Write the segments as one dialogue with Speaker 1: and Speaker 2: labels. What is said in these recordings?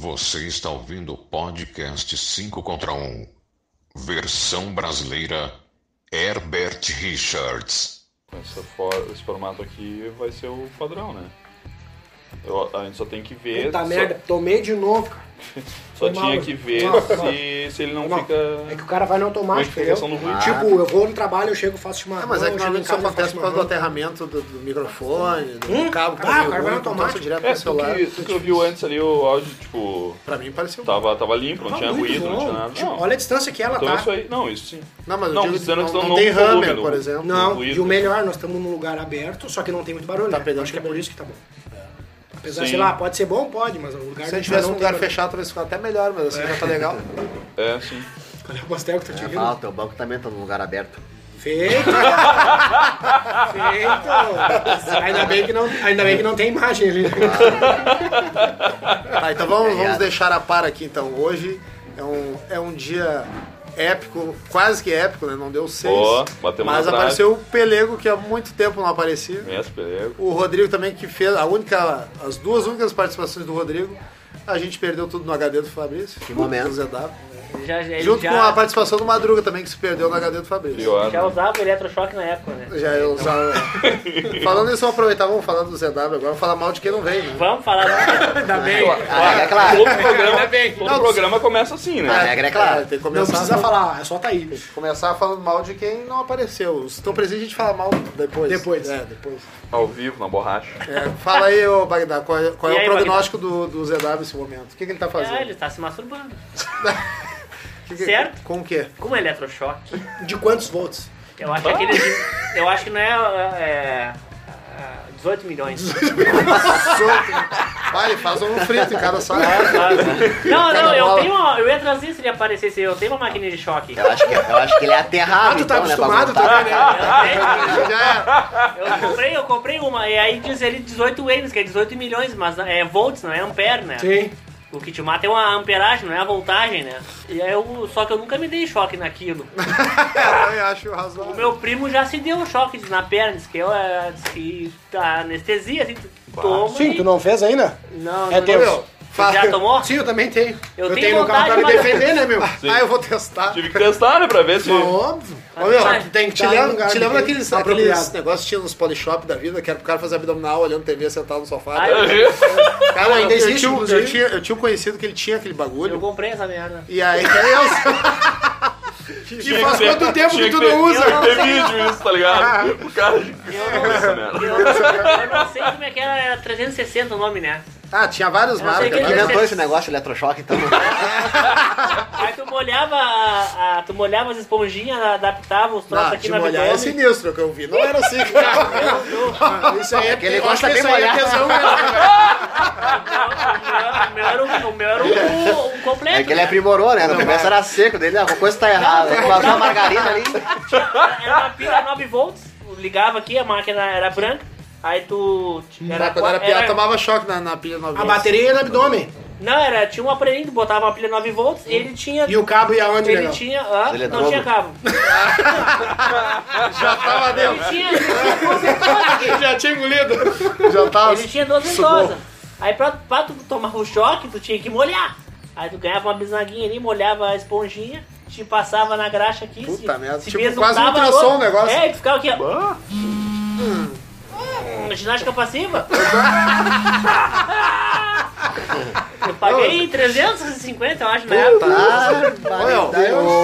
Speaker 1: Você está ouvindo o podcast 5 contra 1, versão brasileira Herbert Richards.
Speaker 2: Essa for, esse formato aqui vai ser o padrão, né? Eu- a gente só tem que ver.
Speaker 3: Puta
Speaker 2: só,
Speaker 3: merda, tomei de novo, cara.
Speaker 2: só
Speaker 3: foi mal,
Speaker 2: tinha que
Speaker 3: gente.
Speaker 2: ver
Speaker 3: Não,
Speaker 2: se, se ele não,
Speaker 3: Não,
Speaker 2: fica.
Speaker 3: É que o cara vai no
Speaker 2: Mas
Speaker 3: automático,
Speaker 2: fica a questão
Speaker 3: entendeu?
Speaker 2: do ruim.
Speaker 3: Tipo, eu vou no trabalho, eu chego, faço chimarrão.
Speaker 4: Ah, mas é que
Speaker 3: eu chego em
Speaker 4: normalmente isso
Speaker 3: casa, eu
Speaker 4: acontece
Speaker 3: faço
Speaker 4: por causa do
Speaker 3: chimarrão.
Speaker 4: aterramento do, do microfone, do
Speaker 3: Hum?
Speaker 4: cabo que
Speaker 3: Ah,
Speaker 4: tá
Speaker 3: o cara vai
Speaker 4: ruim,
Speaker 3: automático.
Speaker 4: direto
Speaker 2: É,
Speaker 4: pro
Speaker 2: tu
Speaker 4: celular.
Speaker 2: que, tu que ouviu antes ali o áudio, tipo.
Speaker 4: Pra mim pareceu.
Speaker 2: Tava, tava limpo, não
Speaker 3: Ah,
Speaker 2: tinha
Speaker 3: muito
Speaker 2: ruído, não
Speaker 3: bom.
Speaker 2: tinha nada.
Speaker 3: Tipo,
Speaker 2: Não.
Speaker 3: Olha a distância que ela
Speaker 2: então
Speaker 3: tá.
Speaker 2: isso aí. Não, isso sim.
Speaker 4: Não, mas eu
Speaker 2: Não,
Speaker 4: digo
Speaker 2: precisando
Speaker 4: não,
Speaker 2: que
Speaker 4: não,
Speaker 2: não
Speaker 4: tem
Speaker 2: for
Speaker 4: hammer,
Speaker 2: volume,
Speaker 4: por
Speaker 2: não.
Speaker 4: exemplo.
Speaker 2: o
Speaker 3: Não,
Speaker 2: né? ruído.
Speaker 3: e o melhor, nós estamos num lugar aberto, só que não tem muito barulho.
Speaker 4: Tá
Speaker 3: né?
Speaker 4: pegando
Speaker 3: Acho que é
Speaker 4: bem.
Speaker 3: por isso que tá bom. Apesar,
Speaker 2: É. Sim.
Speaker 3: sei lá, pode ser bom, pode, mas o lugar
Speaker 4: Se a
Speaker 3: não
Speaker 4: gente tivesse
Speaker 3: não
Speaker 4: um lugar
Speaker 3: tem-
Speaker 4: fechado, talvez ficasse até melhor, mas assim já tá legal.
Speaker 2: É, sim.
Speaker 3: Cadê o pastel que tá te
Speaker 5: É,
Speaker 3: rindo?
Speaker 5: fala, teu banco também tá num lugar aberto.
Speaker 3: Feito! Feito! Ainda bem, que não, ainda bem que não tem imagem ali. né?
Speaker 4: Ah, Tá, então vamos,
Speaker 5: Obrigado.
Speaker 4: vamos deixar a par aqui então. Hoje é um, é um dia épico, quase que épico, né? Não deu seis.
Speaker 2: Ó, batemos
Speaker 4: mas
Speaker 2: na trave. É.
Speaker 4: apareceu o Pelego, que há muito tempo não aparecia.
Speaker 2: Mestre, pelego.
Speaker 4: O Rodrigo também que fez a única, as duas únicas participações do Rodrigo. A gente perdeu tudo no HD do Fabrício.
Speaker 5: Que momento.
Speaker 4: Do ZW.
Speaker 6: Já, ele
Speaker 4: Junto
Speaker 6: já,
Speaker 4: com a participação do Madruga também que se perdeu no HD do Fabrício.
Speaker 2: Pior. né?
Speaker 6: já usava o eletrochoque na época, né?
Speaker 4: Já eu usava. Falando nisso, vamos aproveitar, vamos falar do ZW agora, vamos falar mal de quem não vem, né?
Speaker 6: Vamos falar.
Speaker 3: Ainda bem.
Speaker 5: A regra é clara.
Speaker 2: Todo programa, todo programa começa assim, né?
Speaker 5: A regra é
Speaker 4: É,
Speaker 5: clara.
Speaker 4: tem que começar,
Speaker 3: Não precisa
Speaker 4: a-
Speaker 3: falar, é só tá aí.
Speaker 4: começar falando mal de quem não apareceu. Os que estão presentes a gente fala mal depois.
Speaker 3: Depois.
Speaker 4: É, depois.
Speaker 2: Ao vivo, na borracha.
Speaker 4: É, fala aí, ô Bagdá, qual é, qual é
Speaker 6: E
Speaker 4: o
Speaker 6: aí,
Speaker 4: prognóstico do, do ZW nesse momento? O que, que ele tá fazendo?
Speaker 6: Ah, ele tá se masturbando.
Speaker 4: O que que-
Speaker 6: certo.
Speaker 4: Com o quê?
Speaker 6: Com um eletrochoque.
Speaker 3: De quantos volts?
Speaker 6: Eu acho que aquele. de- Eu acho que não é. é, é, 18 milhões.
Speaker 4: Vai, ele faz um frito em cada sala.
Speaker 6: Não, não,
Speaker 4: Cada
Speaker 6: eu
Speaker 4: bola.
Speaker 6: tenho uma, Eu ia trazer se ele aparecesse, eu tenho uma máquina de choque. Eu
Speaker 5: Eu acho que, eu acho que ele é
Speaker 4: Ah,
Speaker 5: aterrado,
Speaker 4: tu tá
Speaker 5: então, né? pra
Speaker 4: acostumado
Speaker 5: montar.
Speaker 4: também, né?
Speaker 6: tenho,
Speaker 4: Já
Speaker 6: Eu comprei, eu comprei uma, e aí diz ele 18 Waves, que é 18 milhões, mas é volts, não é ampere, né?
Speaker 3: Sim.
Speaker 6: O que te mata é uma amperagem, não é a voltagem, né? E aí eu, só que eu nunca me dei choque naquilo.
Speaker 4: é. Eu acho
Speaker 6: O
Speaker 4: razoável.
Speaker 6: meu primo já se deu choque na perna, disse que eu é, disse que tá anestesia, assim, tu toma.
Speaker 3: Sim,
Speaker 6: e-
Speaker 3: tu não fez ainda?
Speaker 6: Não,
Speaker 3: É
Speaker 6: não,
Speaker 3: teu.
Speaker 6: não.
Speaker 4: Fala.
Speaker 6: Você já tomou?
Speaker 3: Sim, eu também tenho.
Speaker 6: Eu tenho
Speaker 3: tenho no carro pra me
Speaker 6: vontade, mas-
Speaker 3: defender, né, meu?
Speaker 4: Ah, eu vou testar.
Speaker 2: Tive que testar, né? Pra ver se.
Speaker 3: É.
Speaker 4: Mas Óbvio. Ô, meu,
Speaker 6: Mas
Speaker 4: tem que te
Speaker 3: tá no
Speaker 4: lembra,
Speaker 3: lugar
Speaker 4: te lembra
Speaker 3: que
Speaker 4: um daqueles,
Speaker 3: tá
Speaker 4: aqueles
Speaker 3: apropriado.
Speaker 4: negócios que tinha nos polishop da vida, que era pro cara fazer abdominal olhando TV sentado no sofá.
Speaker 6: Ah,
Speaker 4: né?
Speaker 6: eu,
Speaker 4: Cara, ainda
Speaker 3: Eu
Speaker 4: existe.
Speaker 3: tinha um-
Speaker 4: Eu,
Speaker 3: inclusive.
Speaker 4: tinha, eu tinha um conhecido que ele tinha aquele
Speaker 6: eu
Speaker 4: bagulho.
Speaker 6: comprei essa merda.
Speaker 4: E aí. é E
Speaker 2: Tinha
Speaker 4: faz
Speaker 2: ter-
Speaker 4: quanto tempo
Speaker 2: tinha
Speaker 4: que tu não
Speaker 2: ter-
Speaker 4: usa?
Speaker 2: Tinha que ter vídeo isso, tá ligado? O cara de essa merda.
Speaker 6: Eu, eu não sei como é que era, era 360 o nome, né?
Speaker 4: Ah, tinha várias
Speaker 6: não
Speaker 4: marcas.
Speaker 6: sei que ele
Speaker 4: né?
Speaker 5: Inventou esse negócio de eletrochoque, então.
Speaker 6: Aí tu molhava, a- a- tu molhava as esponjinhas, adaptava os troços
Speaker 4: Ah,
Speaker 6: aqui
Speaker 4: te
Speaker 6: na
Speaker 4: molhar é
Speaker 6: bigode.
Speaker 4: sinistro que eu vi. Não era assim, cara. Ah, Isso aí é eu
Speaker 5: Aquele
Speaker 4: acho
Speaker 5: gosta
Speaker 4: que
Speaker 5: bem
Speaker 4: isso aí é
Speaker 5: molhado.
Speaker 4: tesão
Speaker 3: né?
Speaker 4: mesmo.
Speaker 6: Ah, O meu era o, o meu era o, o completo.
Speaker 5: É que ele
Speaker 6: né?
Speaker 5: aprimorou, né? No começo
Speaker 4: é.
Speaker 5: era seco dele, ah, alguma coisa tá errada. Ele vazou a margarina ali.
Speaker 6: Era uma pila 9 volts, ligava aqui, a máquina era branca, aí tu.
Speaker 4: Cara, Hum, Quando era Ah, piada, tomava choque na, na pilha
Speaker 3: A
Speaker 4: 9
Speaker 3: bateria é no abdômen.
Speaker 6: Não, era, tinha um aparelhinho, tu botava uma pilha 9
Speaker 4: Hum.
Speaker 6: volts e ele tinha.
Speaker 3: E né? o cabo ia onde,
Speaker 6: ele
Speaker 3: legal?
Speaker 6: tinha. Ah,
Speaker 5: Ele é
Speaker 6: não
Speaker 5: dono.
Speaker 6: tinha cabo.
Speaker 4: Já tava
Speaker 6: Ele
Speaker 4: dentro.
Speaker 6: tinha, ele tinha duas ventosas.
Speaker 4: Já tinha engolido. Já tava.
Speaker 6: Ele tinha duas
Speaker 4: Ah, Sugou.
Speaker 6: ventosas. Aí pra, pra tu tomar o choque, tu tinha que molhar. Aí tu ganhava uma bisnaguinha ali, molhava a esponjinha, te passava na graxa aqui.
Speaker 4: Puta
Speaker 6: se,
Speaker 4: merda,
Speaker 6: se
Speaker 4: tipo,
Speaker 6: mesmo
Speaker 4: quase um
Speaker 6: tava
Speaker 4: ultrassom
Speaker 6: todo-
Speaker 4: o negócio.
Speaker 6: É, e tu ficava aqui, ó. Hum, ginástica passiva? eu paguei 350, eu acho, na época.
Speaker 4: Ô, meu, Ah,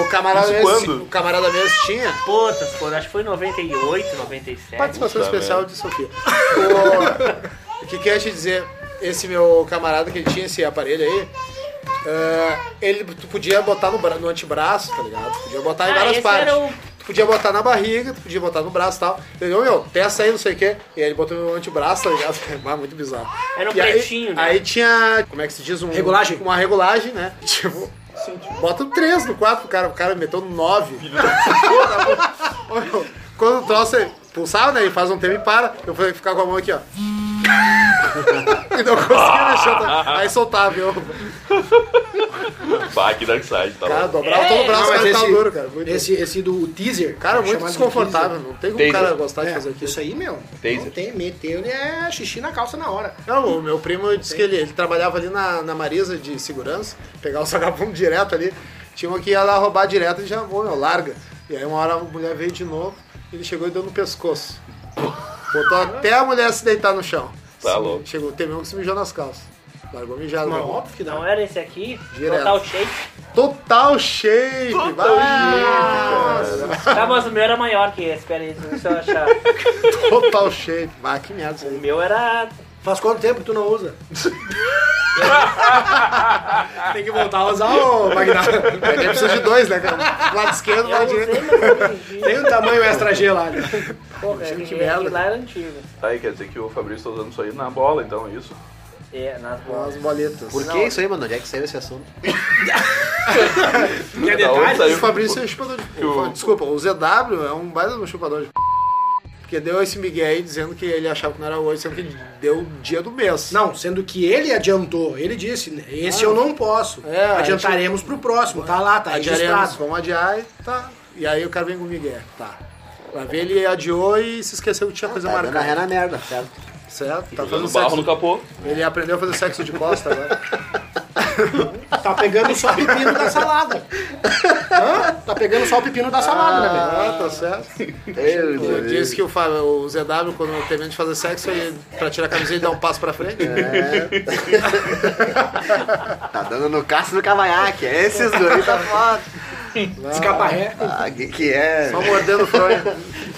Speaker 4: o camarada
Speaker 2: Isso
Speaker 4: esse,
Speaker 2: quando?
Speaker 4: o camarada mesmo tinha
Speaker 6: Putas, pô, acho que foi em 98, 97.
Speaker 4: participação
Speaker 2: Puta
Speaker 4: especial
Speaker 2: merda.
Speaker 4: de Sofia. O, o que quer te dizer? Esse meu camarada que ele tinha esse aparelho aí, é, ele tu podia botar no, bra- no antebraço, tá ligado? Tu podia botar em
Speaker 6: Ah,
Speaker 4: várias
Speaker 6: esse
Speaker 4: partes.
Speaker 6: era o-
Speaker 4: Tu podia botar na barriga, tu podia botar no braço e tal. Entendeu? Meu, testa aí, não sei o quê. E aí ele botou no antebraço, tá ligado? Mas muito bizarro.
Speaker 6: Era um
Speaker 4: E aí-
Speaker 6: pretinho, né?
Speaker 4: Aí tinha, como é que se diz? Um,
Speaker 3: Regulagem.
Speaker 4: Uma regulagem, né? Tipo, bota um 3 no 4 pro cara. O cara meteu no 9. Quando o troço é pulsar, né? Ele faz um tempo e para. Eu falei ficar com a mão aqui, ó. E não conseguia mexer. Tá? Aí soltava, viu?
Speaker 2: Bah, que Dark Side, tá
Speaker 4: Cara,
Speaker 2: louco.
Speaker 4: ah, dobrava todo o braço,
Speaker 3: É, Não,
Speaker 4: mas
Speaker 3: mas
Speaker 4: tá duro, cara. Muito.
Speaker 3: Esse, esse do teaser.
Speaker 4: Cara,
Speaker 3: chamado
Speaker 4: muito
Speaker 3: de
Speaker 4: desconfortável. Não tem como o
Speaker 2: Taser.
Speaker 4: cara gostar
Speaker 3: teaser.
Speaker 4: de
Speaker 3: É,
Speaker 4: fazer aquilo.
Speaker 3: isso aí, meu. Não
Speaker 2: Taser.
Speaker 3: tem, meteu, ele é xixi na calça na hora.
Speaker 4: Não, o meu primo disse que ele, ele trabalhava ali na, na Marisa de segurança, pegava os vagabundos direto ali. Tinha uma que ia lá roubar direto e já, ô meu, larga. E aí uma hora a mulher veio de novo, ele chegou e deu no pescoço. Botou até a mulher se deitar no chão.
Speaker 2: Tá
Speaker 4: Se-
Speaker 2: louco.
Speaker 4: Chegou, teve um que se mijou nas calças. Largou mijado.
Speaker 3: Não, é
Speaker 4: meu irmão.
Speaker 3: óbvio que
Speaker 6: Não
Speaker 3: não.
Speaker 6: era esse aqui?
Speaker 4: Direto.
Speaker 6: Total Shape.
Speaker 4: Total shape! Total shape,
Speaker 6: Tá, mas o meu era maior que esse, espera aí, deixa eu achar.
Speaker 4: Total shape. Bah, que merda isso
Speaker 6: O
Speaker 4: aí.
Speaker 6: meu era...
Speaker 3: Faz quanto tempo que tu não usa?
Speaker 4: Tem que voltar a usar o Magnata. Ele precisa de dois, né, cara? Lado esquerdo,
Speaker 6: Eu
Speaker 4: lado
Speaker 6: não sei,
Speaker 4: direito.
Speaker 6: mas eu entendi.
Speaker 3: Tem o tamanho extra G lá. né?
Speaker 6: Porra, aquele,
Speaker 4: que merda.
Speaker 6: aquele lá era antigo.
Speaker 2: Tá aí, quer dizer que o Fabrício tá usando isso aí na bola, então, é isso?
Speaker 6: É, nas
Speaker 4: Com as
Speaker 6: bolas.
Speaker 4: boletas.
Speaker 5: Por que isso aí, mano? Onde é que saiu esse assunto?
Speaker 3: Quer
Speaker 2: Da onde
Speaker 3: detalhes?
Speaker 2: um saiu?
Speaker 4: O Fabrício é chupador de
Speaker 2: o-
Speaker 4: pau. Desculpa, o ZW é um baita de um chupador de p. Porque deu esse Miguel aí dizendo que ele achava que não era hoje, sendo que ele deu o dia do mês.
Speaker 3: Não, sendo que ele adiantou, ele disse, né, esse eu não posso.
Speaker 4: É, a
Speaker 3: Adiantaremos pro próximo, tá lá, tá
Speaker 5: é
Speaker 4: adiaremos,
Speaker 3: registrado.
Speaker 4: vamos adiar e tá. E aí o cara vem com o Miguel, tá. Pra ver, ele adiou e se esqueceu que tinha coisa
Speaker 5: Tá dando a ré
Speaker 4: marcada.
Speaker 5: na merda, certo?
Speaker 4: Certo? Tá fazendo
Speaker 2: Jogando barro no
Speaker 4: sexo.
Speaker 2: capô.
Speaker 4: Ele aprendeu a fazer sexo de costa agora.
Speaker 3: Tá pegando só o pepino da salada. Hã? Tá pegando só o pepino da salada, né, velho?
Speaker 4: Ah, tá certo.
Speaker 5: Meu
Speaker 4: Ele
Speaker 5: Deus.
Speaker 4: disse que o, Fábio- o ZW, quando termina de fazer sexo, ele, pra tirar a camiseta, ele dá um passo pra frente.
Speaker 5: É. Tá dando no caço e no cavanhaque. Esses dois tá foda.
Speaker 3: Escaparré.
Speaker 5: Ah, que, que é?
Speaker 4: Só mordendo o fronha.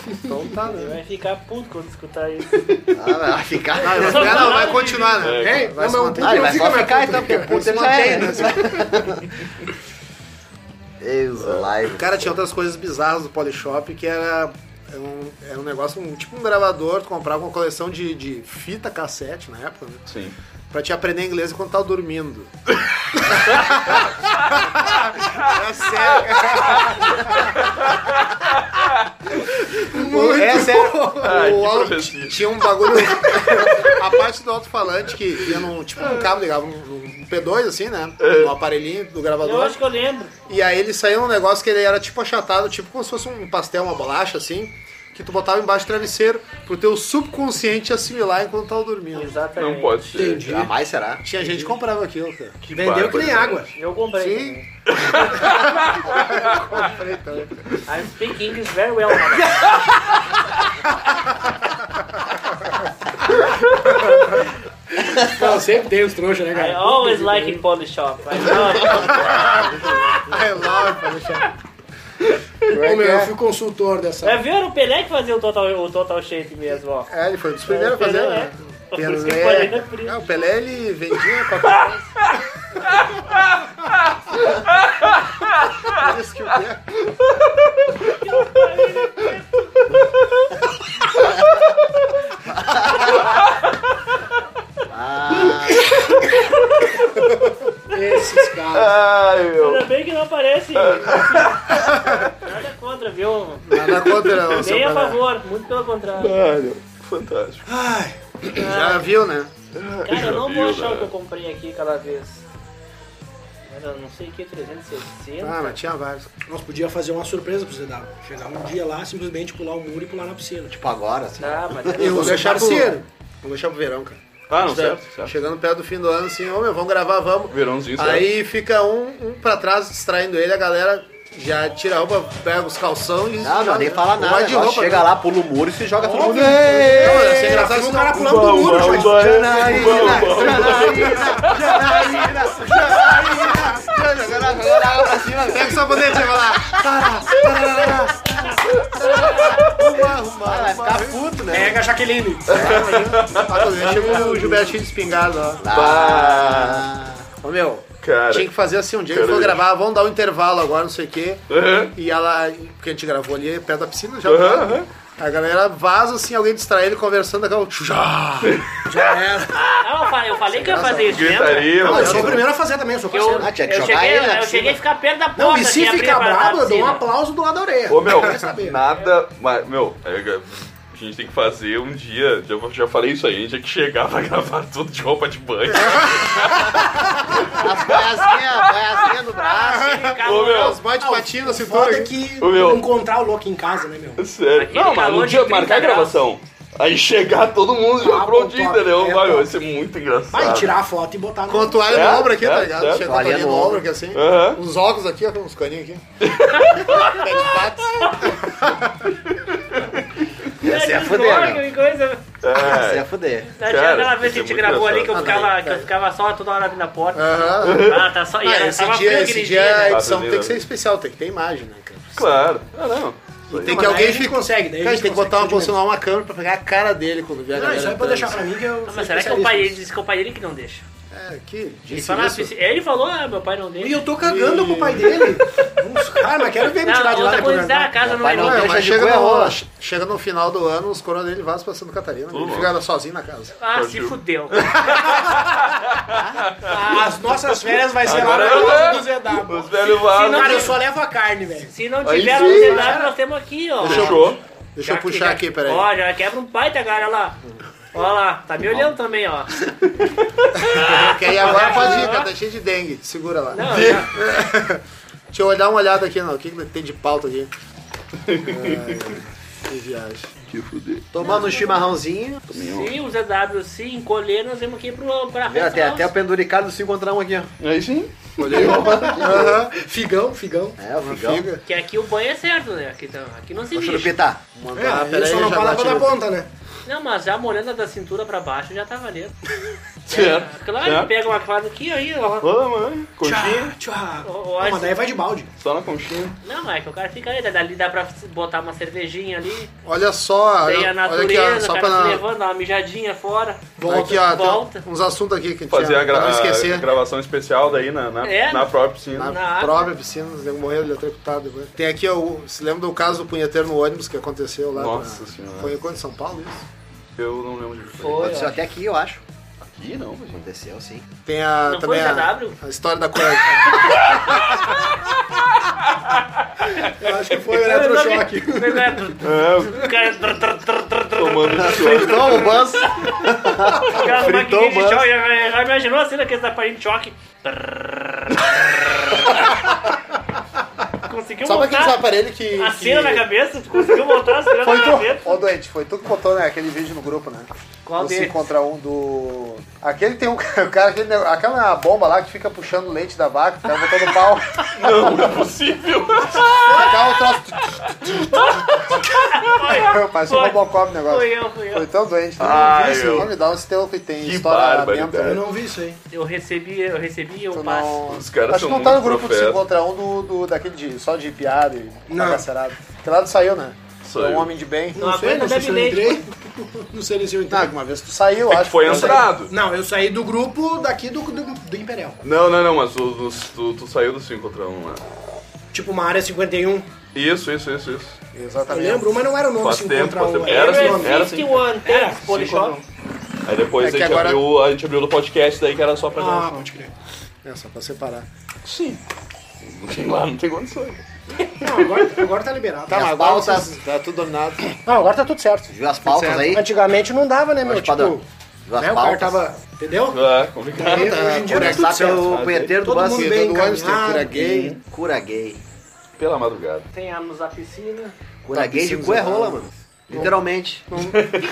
Speaker 4: Então tá, né?
Speaker 6: Vai ficar puto quando escutar isso.
Speaker 4: Tá
Speaker 5: Ah, vai ficar.
Speaker 4: Ah, mas o cara vai continuar, né?
Speaker 2: É,
Speaker 4: Hein? Vai se
Speaker 3: mas um
Speaker 4: manter.
Speaker 5: Ah, ele vai
Speaker 3: Fica
Speaker 5: só
Speaker 3: mais
Speaker 5: ficar
Speaker 3: puto,
Speaker 5: então, porque puto ele
Speaker 4: Se
Speaker 5: já é.
Speaker 4: mantém, né?
Speaker 5: Deus, live.
Speaker 4: Cara, tinha outras coisas bizarras do Polishop que era. era um, era um negócio, um, tipo um gravador, tu comprava uma coleção de, de fita cassete na época, né?
Speaker 2: Sim.
Speaker 4: Pra te aprender inglês enquanto tava dormindo. é sério, cara. É sério.
Speaker 2: Ai,
Speaker 4: o
Speaker 2: que
Speaker 4: áudio
Speaker 2: profecia.
Speaker 4: tinha um bagulho. a parte do alto-falante que ia num, tipo num cabo, ligava num, num P2 assim, né?
Speaker 2: É.
Speaker 4: No aparelhinho do
Speaker 6: Eu
Speaker 4: gravador.
Speaker 6: acho que eu lembro.
Speaker 4: E aí ele saiu um negócio que ele era tipo achatado, tipo como se fosse um pastel, uma bolacha assim, que tu botava embaixo do travesseiro pro teu subconsciente assimilar enquanto tava dormindo.
Speaker 6: Exatamente.
Speaker 2: Não pode ser.
Speaker 3: Entendi.
Speaker 5: Jamais será?
Speaker 4: Tinha gente que comprava aquilo, cara.
Speaker 2: Que
Speaker 3: Vendeu que nem
Speaker 2: bárbaro.
Speaker 3: água.
Speaker 6: Eu comprei.
Speaker 4: Sim.
Speaker 6: também.
Speaker 4: Comprei também.
Speaker 6: I'm speaking English very well. mano.
Speaker 3: Não, sempre tem os trouxas, né,
Speaker 6: I
Speaker 3: cara?
Speaker 6: always like it Polish shop. I love it.
Speaker 4: I love Polishop.
Speaker 3: Ô, meu, eu fui consultor dessa.
Speaker 6: Já viram o Pelé que fazia o Total, o total Shape mesmo, ó.
Speaker 4: É, ele foi um dos primeiros a fazer, né?
Speaker 6: Por isso que
Speaker 4: Pelé.
Speaker 6: eu falei,
Speaker 4: Ah, o Pelé ele vendia qualquer coisa. Por isso que o Pelé-
Speaker 3: Esses caras.
Speaker 2: Ai, meu.
Speaker 6: Ainda bem que não aparece. Nada contra, viu?
Speaker 4: Nada contra é o seu
Speaker 6: Nem a
Speaker 4: Pelé.
Speaker 6: favor, muito pelo contrário.
Speaker 2: Ai, meu. Fantástico.
Speaker 4: Já viu, né?
Speaker 6: Cara, eu não
Speaker 2: viu,
Speaker 6: vou achar o que
Speaker 2: né?
Speaker 6: eu comprei aqui cada vez. Era não sei o que, 360.
Speaker 4: Ah, mas tinha vários.
Speaker 3: Nós podíamos fazer uma surpresa pro ZW. Chegar um dia lá, simplesmente pular o muro e pular na piscina. Tipo,
Speaker 5: Tipo agora, assim.
Speaker 6: Tá, mas era-
Speaker 4: Eu vou
Speaker 3: sou
Speaker 4: deixar pro...
Speaker 3: parceiro.
Speaker 4: Vou deixar pro verão, cara.
Speaker 2: Ah, não,
Speaker 4: Tá
Speaker 2: certo, certo.
Speaker 4: Chegando perto do fim do ano, assim, ô meu, vamos gravar, vamos.
Speaker 2: Verãozinho, certo.
Speaker 4: Aí fica um, um pra trás distraindo ele, a galera já tira a roupa, pega os calção e.
Speaker 5: Não, não, nem fala
Speaker 4: Ou é. vai
Speaker 5: nada.
Speaker 4: de
Speaker 5: Só
Speaker 4: roupa,
Speaker 5: chega
Speaker 4: né?
Speaker 5: lá, pula o muro e se joga todo mundo.
Speaker 4: Não, mano, ia ser engraçado se
Speaker 3: o cara
Speaker 4: não-
Speaker 3: pulando do muro,
Speaker 2: Uba,
Speaker 3: Jorge.
Speaker 2: uba, uba,
Speaker 5: Janaína,
Speaker 2: uba, uba.
Speaker 5: Janaína, Janaína, Janaína. Jogando jogando água pra cima, velho.
Speaker 4: Pega o sabonete, vai lá. Tará, tarará, tarará. Arruma, arruma,
Speaker 5: Vai
Speaker 4: arruma.
Speaker 5: ficar puto, né?
Speaker 3: Pega a Jaqueline.
Speaker 4: Ah, quando eu chego, o Gilbertinho de espingarda, ó.
Speaker 5: Ah,
Speaker 4: Ô meu,
Speaker 2: Cara.
Speaker 4: tinha que fazer assim, um dia que eu vou
Speaker 2: Cara,
Speaker 4: gravar, vamos dar um intervalo agora, não sei o quê.
Speaker 2: Aham.
Speaker 4: E ela. Porque a gente gravou ali perto da piscina já.
Speaker 2: Aham, aham.
Speaker 4: A galera vaza assim, alguém distrai ele conversando, daqui a pouco. Já!
Speaker 3: Já era.
Speaker 6: Ah, eu falei, eu falei que ia fazer isso, lembra?
Speaker 2: Gritaria,
Speaker 3: Não, eu sou o
Speaker 2: mano.
Speaker 3: primeiro a fazer também, eu sou
Speaker 6: Eu,
Speaker 3: parceiro.
Speaker 5: Ah, tinha que
Speaker 6: eu
Speaker 5: jogar
Speaker 6: cheguei,
Speaker 5: ele na
Speaker 6: eu
Speaker 5: piscina.
Speaker 6: cheguei a ficar perto da porta. assim,
Speaker 3: Não, e
Speaker 6: que
Speaker 3: se
Speaker 6: abria
Speaker 3: ficar
Speaker 6: pra- pra
Speaker 3: brabo, eu dou um
Speaker 6: piscina.
Speaker 3: aplauso do lado da orelha.
Speaker 2: Ô, meu,
Speaker 3: saber.
Speaker 2: nada... Mas, meu, é, a a gente tem que fazer um dia, já, já falei isso aí, a gente tinha que chegar pra gravar tudo de roupa de banho.
Speaker 5: As boiazinhas, boiazinha no
Speaker 6: assim,
Speaker 5: braço.
Speaker 2: Ô, meu,
Speaker 4: Os boy de assim, patina,
Speaker 3: O foda
Speaker 4: cintura.
Speaker 3: é que
Speaker 2: Ô, meu.
Speaker 3: encontrar o louco em casa, né, meu?
Speaker 2: Sério.
Speaker 6: Aquele
Speaker 2: não, mas
Speaker 6: calor
Speaker 2: no
Speaker 6: de
Speaker 2: dia
Speaker 6: 30
Speaker 2: marcar a
Speaker 6: graus.
Speaker 2: gravação. Aí chegar todo mundo já
Speaker 3: Ah,
Speaker 2: pronto,
Speaker 3: pô, top.
Speaker 2: entendeu?
Speaker 3: É,
Speaker 2: Vai,
Speaker 3: top.
Speaker 2: vai ser muito engraçado.
Speaker 3: Vai tirar a foto e botar no...
Speaker 4: Com a toalha
Speaker 2: É,
Speaker 4: no ombro aqui,
Speaker 2: é,
Speaker 4: tá ligado?
Speaker 2: é.
Speaker 4: Chega com a toalha no ombro aqui assim.
Speaker 2: Aham.
Speaker 4: Uns óculos aqui, ó, uns caninhos aqui. Pé de pato.
Speaker 5: Essa é a
Speaker 6: Que
Speaker 5: fuder,
Speaker 6: droga,
Speaker 5: meu.
Speaker 6: que coisa.
Speaker 5: Essa é
Speaker 2: É.
Speaker 5: a fuder.
Speaker 6: Não,
Speaker 2: Cara,
Speaker 6: tinha aquela vez que a
Speaker 2: isso
Speaker 6: gente
Speaker 2: é muito
Speaker 6: gravou ali que eu
Speaker 2: engraçado. é.
Speaker 6: ficava, que eu ficava só toda hora abrindo a porta.
Speaker 4: Aham.
Speaker 6: Ah, tá só. E
Speaker 4: Ah,
Speaker 6: era,
Speaker 4: esse
Speaker 6: tava frio
Speaker 4: dia,
Speaker 6: aquele
Speaker 4: esse dia a
Speaker 3: é
Speaker 6: né?
Speaker 2: né?
Speaker 4: edição
Speaker 2: Tá,
Speaker 4: tem que
Speaker 2: beleza.
Speaker 4: ser especial, tem que ter imagem, né, cara?
Speaker 2: Claro. Ah, não. Isso aí.
Speaker 3: Não,
Speaker 4: Tem que
Speaker 3: mas
Speaker 4: alguém
Speaker 3: daí a gente
Speaker 4: fica-
Speaker 3: consegue, daí a
Speaker 4: Cara,
Speaker 3: gente
Speaker 4: tem que botar
Speaker 3: consegue
Speaker 4: uma,
Speaker 3: fazer de
Speaker 4: posicionar uma câmera pra pegar a cara dele quando vier a
Speaker 3: Não,
Speaker 4: galera.
Speaker 3: isso aí pode
Speaker 4: entrando,
Speaker 3: deixar
Speaker 4: assim.
Speaker 3: pra mim que eu...
Speaker 6: Ah,
Speaker 3: sou
Speaker 6: Mas será que é o pai
Speaker 3: especialista.
Speaker 6: dele, diz que é o pai dele que não deixa?
Speaker 4: É, que
Speaker 6: Ele
Speaker 4: disse
Speaker 6: fala, ah,
Speaker 4: isso?
Speaker 6: se- ele falou, ah, meu pai não
Speaker 3: E
Speaker 6: deixa.
Speaker 3: eu tô cagando pro pai dele. Vamos, cara, mas quero ver ele
Speaker 6: Não,
Speaker 3: tirar de lá.
Speaker 6: outra
Speaker 3: depois,
Speaker 6: coisa,
Speaker 3: né?
Speaker 6: ah, a casa não
Speaker 5: Papai
Speaker 6: é
Speaker 5: não
Speaker 6: não.
Speaker 4: Não,
Speaker 5: deixa
Speaker 4: mas
Speaker 5: de
Speaker 4: chega
Speaker 5: goela.
Speaker 4: no, chega no final do ano, os coroas dele vazam pra Santa Catarina. Ele fica sozinho na casa.
Speaker 6: Ah, se
Speaker 2: Pode.
Speaker 6: fudeu.
Speaker 3: As nossas férias vai ser lá
Speaker 2: Agora
Speaker 3: na
Speaker 2: eu-
Speaker 3: casa do ZW.
Speaker 2: Os velhos
Speaker 6: se não-
Speaker 2: vagos.
Speaker 3: Cara, eu só levo a carne, velho.
Speaker 6: Se não
Speaker 2: Aí
Speaker 6: tiver
Speaker 2: sim,
Speaker 6: no
Speaker 2: cara.
Speaker 6: cenário, nós temos aqui, ó.
Speaker 2: Fechou.
Speaker 4: Deixa
Speaker 6: Já
Speaker 4: eu
Speaker 6: que-
Speaker 4: puxar
Speaker 6: já-
Speaker 4: aqui, peraí.
Speaker 6: Ó, já quebra um pai da cara lá. Ó lá, tá me olhando também, ó.
Speaker 4: Porque aí agora pode ir, cara, tá cheio de dengue. Segura lá.
Speaker 6: Não, já-
Speaker 4: Deixa eu dar uma olhada aqui, não. O que, que tem de pauta aqui? Ai, que viagem.
Speaker 2: Que fuder.
Speaker 5: Tomando um chimarrãozinho.
Speaker 6: se o ZW se encolher, nós vamos aqui pro, pra
Speaker 5: Vê, Até, até
Speaker 6: House.
Speaker 5: o penduricalho se encontrar um aqui, ó.
Speaker 2: Aí sim.
Speaker 4: Olhei Aham.
Speaker 3: Figão, figão.
Speaker 5: É, o
Speaker 4: Uma
Speaker 5: figão.
Speaker 4: figa.
Speaker 6: Que aqui o banho é certo, né? Aqui, tá, aqui não se
Speaker 5: Ô,
Speaker 6: lixa.
Speaker 4: É,
Speaker 5: Churupita. Mandar.
Speaker 4: ah,
Speaker 3: Ele
Speaker 4: peraí,
Speaker 3: só
Speaker 4: já
Speaker 3: não fala
Speaker 4: bati
Speaker 3: quando
Speaker 4: no-
Speaker 3: aponta, né?
Speaker 6: Não, mas a molhando da cintura pra baixo já tá valendo.
Speaker 2: Certo.
Speaker 6: Claro,
Speaker 4: Tá.
Speaker 2: certo.
Speaker 6: pega uma quadra aqui, aí, ó.
Speaker 2: Ô, mãe. Conchinha.
Speaker 3: Tchau, tchau.
Speaker 6: Ó, ó,
Speaker 3: Não, mas daí vai de balde.
Speaker 2: Só na conchinha.
Speaker 6: Não, é que o cara fica ali, dali dá pra botar uma cervejinha ali,
Speaker 4: Olha só,
Speaker 6: tem
Speaker 4: olha, olha
Speaker 6: a
Speaker 4: aqui, ó,
Speaker 6: natureza,
Speaker 4: só
Speaker 6: o cara se
Speaker 4: pra.
Speaker 6: levando, dá uma mijadinha fora.
Speaker 4: Volta, aqui, ó, tá. tem
Speaker 6: volta.
Speaker 4: uns assuntos aqui que a gente
Speaker 2: Fazer
Speaker 4: ia-
Speaker 2: a, gra-
Speaker 4: pra não
Speaker 2: a
Speaker 4: esquecer.
Speaker 2: gravação especial daí na, na,
Speaker 6: É.
Speaker 2: na própria piscina.
Speaker 4: Na,
Speaker 6: Na água.
Speaker 4: própria piscina, os nego morreram eletrocutado. depois. né? Tem aqui, ó, o- se lembra do caso do punheteiro no ônibus que aconteceu lá?
Speaker 2: Nossa
Speaker 4: na-
Speaker 2: Senhora.
Speaker 4: Foi quando? em São Paulo, isso?
Speaker 2: Eu não lembro de foi.
Speaker 5: Aconteceu até aqui, eu acho.
Speaker 2: Aqui não, gente.
Speaker 5: Aconteceu, sim.
Speaker 4: Tem a,
Speaker 6: Não
Speaker 4: também
Speaker 6: foi
Speaker 4: a,
Speaker 6: ZW?
Speaker 4: a história da coragem. Eu acho que foi o eletrochoque.
Speaker 6: O cara tr- tr- tr- tr- tr-
Speaker 2: Tomando choque.
Speaker 5: Fritou o banco.
Speaker 6: aquela
Speaker 5: fritou
Speaker 6: maquininha
Speaker 5: o
Speaker 6: de
Speaker 5: banco.
Speaker 6: choque, já, já imaginou a cena que essa parede de choque?
Speaker 2: um
Speaker 6: Conseguiu
Speaker 4: Só pra aqueles
Speaker 6: montar
Speaker 4: aparelhos que.
Speaker 6: a cena na
Speaker 4: que...
Speaker 6: cabeça? Tu conseguiu montar a cena
Speaker 4: Foi
Speaker 6: na
Speaker 4: tu,
Speaker 6: cabeça?
Speaker 4: ô doente, foi tu que botou né, aquele vídeo no grupo, né?
Speaker 6: Qual
Speaker 4: Do
Speaker 6: deles?
Speaker 4: cinco contra um do. Aquele tem um o cara, aquele, nego- aquela bomba lá que fica puxando leite da vaca, o cara botando pau.
Speaker 2: Não, não é possível.
Speaker 4: Fica o troço. Parece um
Speaker 6: Foi.
Speaker 4: Robocop o negócio.
Speaker 6: Fui eu, fui
Speaker 4: Foi
Speaker 6: eu.
Speaker 4: tão doente. né?
Speaker 2: Ai,
Speaker 4: Isso,
Speaker 2: meu.
Speaker 4: não me dá um teu que tem
Speaker 2: Que
Speaker 4: história
Speaker 2: barbaridade.
Speaker 4: dentro.
Speaker 3: Eu
Speaker 4: né?
Speaker 3: não vi isso aí.
Speaker 6: Eu recebi, eu recebi
Speaker 4: Tu
Speaker 6: um passe.
Speaker 4: Não...
Speaker 2: Os caras
Speaker 4: Acho que
Speaker 2: são
Speaker 4: não tá no
Speaker 2: muito
Speaker 4: grupo do
Speaker 2: profeta.
Speaker 4: 5 contra 1 do, do, daquele de, só de piada e
Speaker 3: Não.
Speaker 4: bagacerado. Que lado saiu, né?
Speaker 2: Saiu.
Speaker 4: É um homem de bem.
Speaker 6: Não aguenta,
Speaker 3: não sei se eu
Speaker 6: bebe
Speaker 3: entrei. Não sei se eu
Speaker 4: Ah,
Speaker 3: entrei.
Speaker 4: uma vez tu saiu,
Speaker 2: É
Speaker 4: acho.
Speaker 2: que foi
Speaker 4: que tu saiu.
Speaker 2: entrado.
Speaker 3: Não, eu saí do grupo daqui do, do, do Imperial.
Speaker 2: Não, não, não, mas o- os- tu, tu saiu do 5 contra 1 lá.
Speaker 3: Tipo uma área 51.
Speaker 2: é? Isso, isso, isso, isso.
Speaker 3: Eu
Speaker 4: Exatamente.
Speaker 3: lembro, mas não era o nome
Speaker 2: Tá Faz
Speaker 3: 5
Speaker 2: tempo,
Speaker 3: contra
Speaker 2: faz
Speaker 3: 1.
Speaker 2: tempo.
Speaker 3: Era
Speaker 2: Era
Speaker 3: o nome.
Speaker 2: assim. era assim,
Speaker 6: 51 Terras Polishop.
Speaker 2: Aí depois
Speaker 4: É que
Speaker 2: a, gente
Speaker 4: agora-
Speaker 2: abriu, a gente abriu no podcast daí que era só pra
Speaker 3: Ah,
Speaker 2: gravação.
Speaker 3: pode crer.
Speaker 4: É, só pra separar.
Speaker 2: Sim. Não tem lá, não tem condições.
Speaker 3: Não, agora, agora tá liberado.
Speaker 4: Tá,
Speaker 5: As
Speaker 4: mas agora
Speaker 5: pautas-
Speaker 4: vocês- tá tudo dominado.
Speaker 3: Não, agora tá tudo certo.
Speaker 5: Viu as pautas aí?
Speaker 3: Antigamente não dava, né, meu?
Speaker 5: Pode padrão. Viu as
Speaker 3: né, o cara
Speaker 5: pautas?
Speaker 3: tava. Entendeu?
Speaker 2: Ah, complicado.
Speaker 3: Aí, hoje em dia tá tudo
Speaker 5: Conversar
Speaker 3: certo.
Speaker 5: pelo punheteiro do
Speaker 3: Todo
Speaker 5: banco.
Speaker 3: mundo bem
Speaker 4: do hamster,
Speaker 3: encaminhado.
Speaker 4: cura gay.
Speaker 5: Cura gay.
Speaker 2: Pela madrugada.
Speaker 6: Tem anos a piscina.
Speaker 5: Cura gay de cu é rola, mano. Literalmente.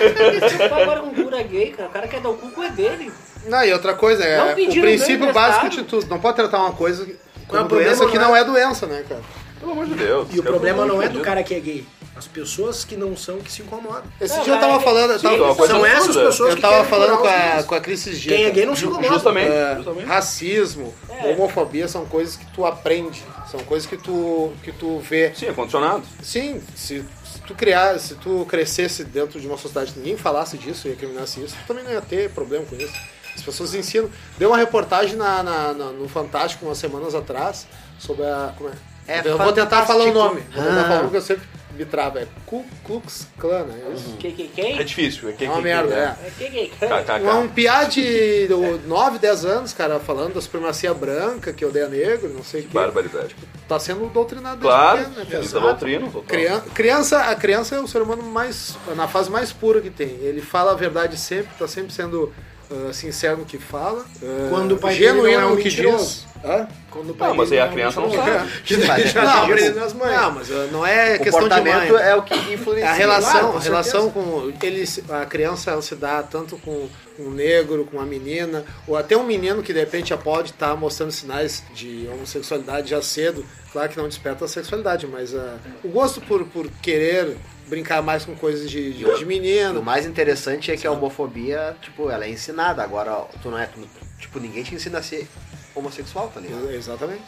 Speaker 6: agora com cura gay, cara. O cara quer dar o cu com é dele.
Speaker 4: Não, e outra coisa,
Speaker 6: Não
Speaker 4: é o
Speaker 6: pediram
Speaker 4: princípio
Speaker 6: bem
Speaker 4: básico
Speaker 6: emprestado.
Speaker 4: de tudo. Não pode tratar uma coisa
Speaker 3: Qual é
Speaker 4: como
Speaker 3: o problema,
Speaker 4: doença que
Speaker 3: né?
Speaker 4: não é doença, né, cara?
Speaker 2: Pelo amor de Deus.
Speaker 3: E o problema não é do cara que é gay. As pessoas que não são que se incomodam.
Speaker 4: Esse
Speaker 6: Não,
Speaker 4: dia eu
Speaker 6: mas-
Speaker 4: tava falando, eu
Speaker 2: Sim,
Speaker 4: tava,
Speaker 2: é uma coisa
Speaker 3: São essas
Speaker 2: absurda.
Speaker 3: pessoas
Speaker 4: eu
Speaker 3: que
Speaker 4: tava
Speaker 3: querem curar
Speaker 4: falando com
Speaker 3: os
Speaker 4: a,
Speaker 3: gays.
Speaker 4: com a Cris esses dias.
Speaker 3: Quem é
Speaker 4: cara.
Speaker 3: gay não É. se
Speaker 2: Ju-
Speaker 3: incomoda.
Speaker 2: Justamente,
Speaker 4: É,
Speaker 2: justamente.
Speaker 4: racismo, homofobia são coisas que tu aprende, são coisas que tu, que tu vê.
Speaker 2: Sim, é condicionado.
Speaker 4: Sim, se, se tu criar, se tu crescesse dentro de uma sociedade que ninguém falasse disso e recriminasse isso, tu também não ia ter problema com isso. As pessoas ensinam. Deu uma reportagem na, na- na- no Fantástico umas semanas atrás sobre a. Como é?
Speaker 5: É
Speaker 4: eu vou tentar falar o
Speaker 5: fantástico.
Speaker 4: nome. Vou tentar
Speaker 5: Ah. Uhum.
Speaker 4: falar o nome que eu sempre me trava, é Ku Klux Klan, né? É isso?
Speaker 6: Que, que,
Speaker 2: É
Speaker 6: quem?
Speaker 2: difícil, é que
Speaker 4: É uma merda, é.
Speaker 6: É que, que,
Speaker 2: Tá,
Speaker 6: quem?
Speaker 2: tá,
Speaker 4: É um
Speaker 2: tá.
Speaker 4: piá de 9, 10 anos, cara, falando da supremacia branca, que odeia negro, não sei o que.
Speaker 2: Barbaridade.
Speaker 4: Tá sendo doutrinado desde
Speaker 2: Claro, é
Speaker 4: pequeno, né,
Speaker 5: é
Speaker 2: eles
Speaker 4: pesado.
Speaker 2: doutrino, total.
Speaker 4: Crian- Criança, a criança é o ser humano mais na fase mais pura que tem. Ele fala a verdade sempre, tá sempre sendo ah, sincero no que fala, ah,
Speaker 3: Quando o pai dele não
Speaker 4: genuíno
Speaker 3: é um
Speaker 4: no que
Speaker 3: mentiroso.
Speaker 4: diz. Hã? Quando o pai
Speaker 2: Ah, mas aí
Speaker 4: dele
Speaker 2: a criança não sabe.
Speaker 3: né?
Speaker 5: Mas é
Speaker 4: Não,
Speaker 5: que
Speaker 4: mas, não, mas, ah, não é
Speaker 5: o
Speaker 4: questão de mãe.
Speaker 5: comportamento é o que influencia.
Speaker 4: A relação,
Speaker 5: Claro,
Speaker 4: a relação com ele, se- a criança ela se dá tanto com um negro, com uma menina, ou até um menino que de repente já pode estar mostrando sinais de homossexualidade já cedo. Claro que não desperta a sexualidade, mas ah, o gosto por, por querer brincar mais com coisas de, de, de
Speaker 5: E O
Speaker 4: menino.
Speaker 5: mais interessante é que a homofobia, tipo, ela é ensinada. Agora, ó, tu não é. tu- tipo, ninguém te ensina a ser homossexual, tá ligado?
Speaker 4: Exatamente.